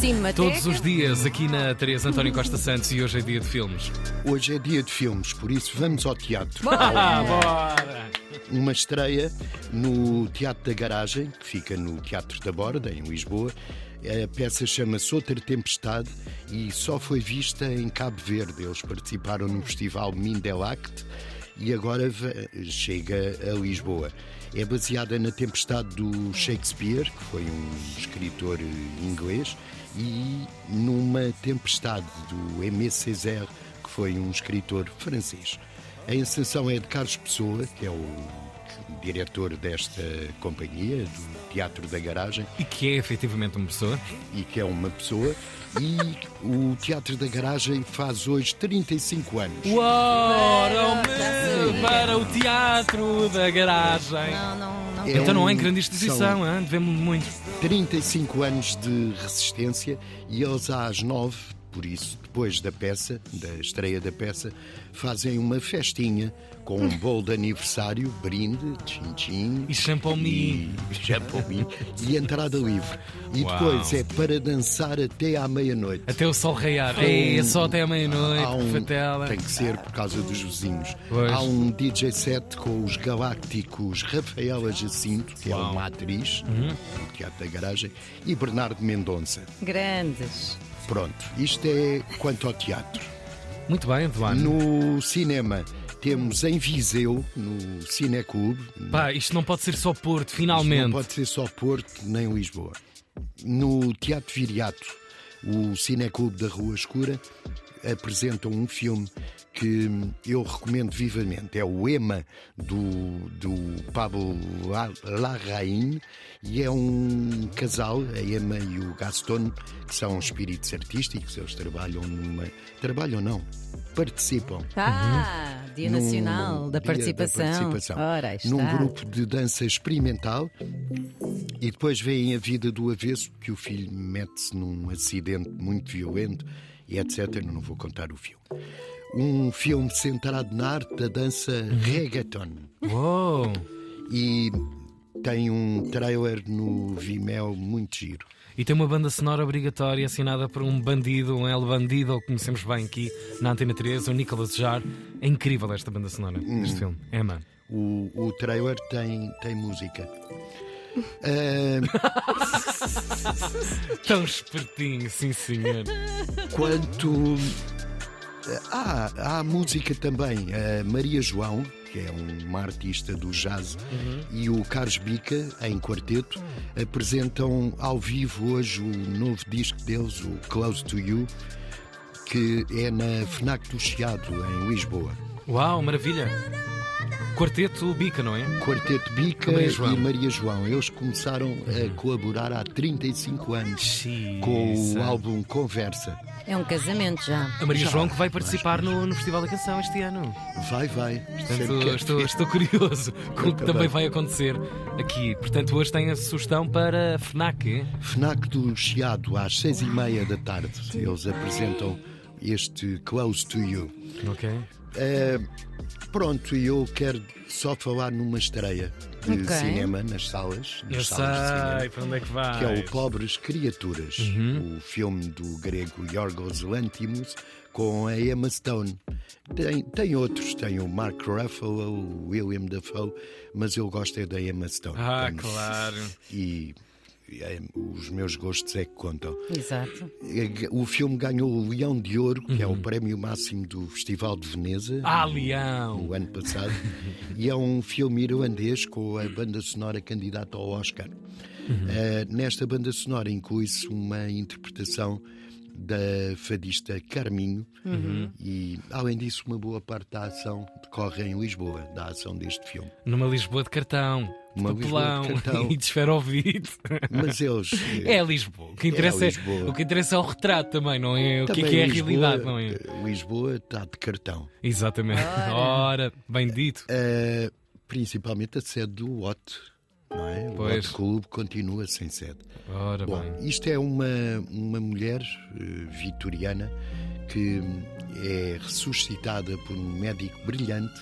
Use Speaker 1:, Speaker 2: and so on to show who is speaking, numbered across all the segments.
Speaker 1: cima até.
Speaker 2: Todos os dias aqui na Teresa António Costa Santos e hoje é dia de filmes.
Speaker 3: Hoje é dia de filmes, por isso vamos ao teatro.
Speaker 2: Ah, bora!
Speaker 3: Uma estreia no Teatro da Garagem, que fica no Teatro da Borda, em Lisboa. A peça chama-se Outra Tempestade e só foi vista em Cabo Verde. Eles participaram no festival Mindelact e agora ve- chega a Lisboa. É baseada na Tempestade do Shakespeare, que foi um escritor eh, inglês, e numa Tempestade do Aimé Césaire, que foi um escritor francês. A encenação é de Carlos Pessoa, que é o diretor desta companhia, do Teatro da Garagem,
Speaker 2: E que é efetivamente uma pessoa?
Speaker 3: e que é uma pessoa, e o Teatro da Garagem faz hoje 35 anos.
Speaker 2: Bora! Para o teatro da garagem!
Speaker 1: Não, não, não.
Speaker 3: É
Speaker 2: Então não é em
Speaker 3: um-
Speaker 2: grande
Speaker 3: são-
Speaker 2: exposição, hein? devemos muito.
Speaker 3: 35 anos de resistência e eles às 9, por isso, depois da peça, da estreia da peça, fazem uma festinha com um bolo de aniversário, brinde, tchim-tchim.
Speaker 2: E champomi.
Speaker 3: E champomi e entrada livre. E
Speaker 2: Uau.
Speaker 3: depois é para dançar até à meia-noite.
Speaker 2: Até o sol raiar. É só até à
Speaker 3: um- Há
Speaker 2: meia-noite,
Speaker 3: um-
Speaker 2: fatela.
Speaker 3: Tem que ser por causa dos vizinhos.
Speaker 2: Pois.
Speaker 3: Há um DJ set com os galácticos Rafaela Jacinto, que é uma atriz
Speaker 2: Uhum.
Speaker 3: do Teatro da Garagem, e Bernardo Mendonça.
Speaker 1: Grandes.
Speaker 3: Pronto, isto é quanto ao teatro.
Speaker 2: Muito bem, Eduardo.
Speaker 3: No cinema, temos em Viseu, no Cineclube,
Speaker 2: Pá, isto não pode ser só Porto,
Speaker 3: Não
Speaker 2: finalmente.
Speaker 3: pode ser só Porto nem Lisboa. No Teatro Viriato, o Cineclube da Rua Escura apresentam um filme que eu recomendo vivamente. É o Ema do, do Pablo La- Larraín e é um casal, a Ema e o Gaston, que são espíritos artísticos. Eles trabalham numa. Trabalham não, participam
Speaker 1: Ah,
Speaker 2: Uhum.
Speaker 1: Dia
Speaker 3: num-
Speaker 1: Nacional
Speaker 3: num
Speaker 1: da
Speaker 3: dia
Speaker 1: Participação.
Speaker 3: participação.
Speaker 1: Ora, aí está.
Speaker 3: Num grupo de dança experimental e depois veem a vida do avesso, que o filho mete-se num acidente muito violento e etc. Eu Não vou contar o filme. Um filme centrado na arte da dança reggaeton
Speaker 2: Uou!
Speaker 3: e tem um trailer no Vimeo muito giro.
Speaker 2: E tem uma banda sonora obrigatória assinada por um bandido, um El Bandido, que conhecemos bem aqui na Antena 13, o Nicolas Jar. É incrível esta banda sonora, este filme. É, mano.
Speaker 3: O, o trailer tem, tem música. Ah,
Speaker 2: Tão espertinho, sim senhor.
Speaker 3: Quanto. Ah, há a música também. A Maria João, que é uma artista do jazz,
Speaker 2: Uhum.
Speaker 3: e o Carlos Bica, em quarteto, apresentam ao vivo hoje o novo disco deles, o Close to You, que é na Fnac do Chiado, em Lisboa.
Speaker 2: Uau, maravilha. Quarteto Bica, não é?
Speaker 3: Quarteto Bica
Speaker 2: Maria João. Uhum.
Speaker 3: e Maria João. Eles começaram a colaborar há 35 anos
Speaker 2: Xiii,
Speaker 3: com o
Speaker 2: santo.
Speaker 3: álbum Conversa.
Speaker 1: É um casamento já.
Speaker 2: A Maria João que vai participar no, no Festival da Canção este ano.
Speaker 3: Vai, vai. Sempre
Speaker 2: Portanto,
Speaker 3: quer
Speaker 2: estou,
Speaker 3: ver.
Speaker 2: estou curioso com o que
Speaker 3: Eu
Speaker 2: também
Speaker 3: também.
Speaker 2: vai acontecer aqui. Portanto, hoje tem a sugestão para a FNAC.
Speaker 3: FNAC do Chiado, às seis e meia da tarde. Eles apresentam este Close to You. Eh,
Speaker 2: Ok.
Speaker 3: Pronto, e eu quero só falar numa estreia de
Speaker 1: Ok.
Speaker 3: cinema nas salas. Nas
Speaker 2: Eu
Speaker 3: salas de cinema.
Speaker 2: sei Uhum. para onde é que vai.
Speaker 3: Que é o Pobres Criaturas, o filme do grego Yorgos Lantimos com a Emma Stone. Tem, tem outros, tem o Mark Ruffalo, o William Dafoe, mas eu gosto é da Emma Stone.
Speaker 2: Ah,
Speaker 3: Portanto,
Speaker 2: claro.
Speaker 3: E, e, eh, os meus gostos é que contam.
Speaker 1: Exato.
Speaker 3: O filme ganhou o Leão de Ouro, que é o prémio máximo do Festival de Veneza.
Speaker 2: Uhum. Ah, Leão!
Speaker 3: No ano passado, e é um filme irlandês com a banda sonora candidata ao Oscar.
Speaker 2: Uhum.
Speaker 3: Eh, nesta banda sonora inclui-se uma interpretação da fadista Carminho,
Speaker 2: Uhum.
Speaker 3: e além disso, uma boa parte da ação decorre em Lisboa, da ação deste filme.
Speaker 2: Numa Lisboa de cartão.
Speaker 3: Uma
Speaker 2: de
Speaker 3: Lisboa
Speaker 2: papelão
Speaker 3: de cartão.
Speaker 2: e de esferovite.
Speaker 3: Mas eles. eh,
Speaker 2: É Lisboa. O que interessa é,
Speaker 3: Lisboa.
Speaker 2: o que interessa é o retrato também, não é? O que é,
Speaker 3: também
Speaker 2: que é a
Speaker 3: Lisboa- eh,
Speaker 2: realidade, não é?
Speaker 3: Lisboa está de cartão.
Speaker 2: Exatamente. Ora, bem dito.
Speaker 3: Uh, principalmente a sede do OT, não é? O
Speaker 2: Pois.
Speaker 3: OT Clube continua sem sede.
Speaker 2: Ora
Speaker 3: Bom,
Speaker 2: bem.
Speaker 3: isto é uma, uma mulher eh, vitoriana que é ressuscitada por um médico brilhante,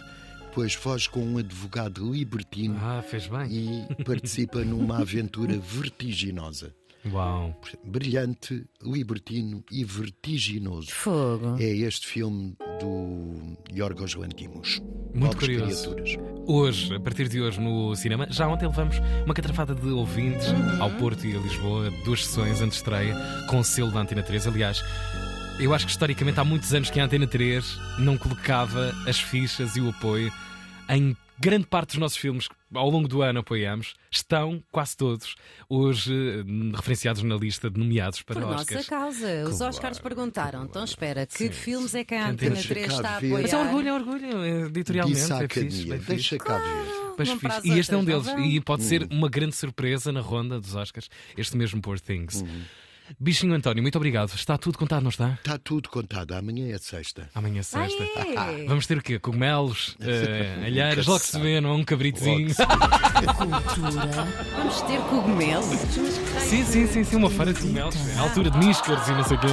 Speaker 3: depois foge com um advogado libertino
Speaker 2: Ah, fez bem.
Speaker 3: e participa numa aventura vertiginosa.
Speaker 2: Uau.
Speaker 3: Brilhante, libertino e vertiginoso.
Speaker 1: Fogo.
Speaker 3: É este filme do Yorgos Lanthimos.
Speaker 2: Muito
Speaker 3: Pobres
Speaker 2: curioso.
Speaker 3: Criaturas.
Speaker 2: Hoje, a partir de hoje no cinema, já ontem levamos uma catrafada de ouvintes ao Porto e a Lisboa, duas sessões antes de estreia, com o selo da Antena 3. Aliás, eu acho que historicamente há muitos anos que a Antena 3 não colocava as fichas e o apoio em grande parte dos nossos filmes que ao longo do ano apoiamos. Estão quase todos hoje eh, referenciados na lista de nomeados para
Speaker 1: Por nossa
Speaker 2: Oscars.
Speaker 1: causa. Os Oscars perguntaram. Então espera, que filmes é que a
Speaker 2: Antena
Speaker 1: Antena 3 está a
Speaker 3: Cabo Verde.
Speaker 1: apoiar?
Speaker 2: Mas é orgulho, é orgulho, eh, editorialmente.
Speaker 3: Disse à
Speaker 2: é fixe,
Speaker 3: academia.
Speaker 2: bem fixe.
Speaker 3: Deixa cá ver.
Speaker 2: Mas
Speaker 1: Não
Speaker 2: fixe.
Speaker 1: para as
Speaker 2: E este é um
Speaker 1: outras,
Speaker 2: deles.
Speaker 1: não
Speaker 2: E pode ser uma grande surpresa na ronda dos Oscars. Este mesmo Poor Things. Bichinho António, muito obrigado. Está tudo contado, não está?
Speaker 3: Está tudo contado. Amanhã é sexta.
Speaker 2: Amanhã é sexta.
Speaker 1: Ai, é.
Speaker 2: Vamos ter o quê? Cogumelos, eh,
Speaker 3: Nunca
Speaker 2: alheiras,
Speaker 3: se
Speaker 2: logo se
Speaker 3: sabe.
Speaker 2: vê, não é? Um cabritozinho.
Speaker 3: Logo
Speaker 1: Vamos ter cogumelos. Mas que raio
Speaker 2: Sim, É sim, sim, sim. Uma feira de cogumelos. A altura de níscaros e não sei o quê.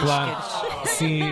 Speaker 2: Claro. Sim.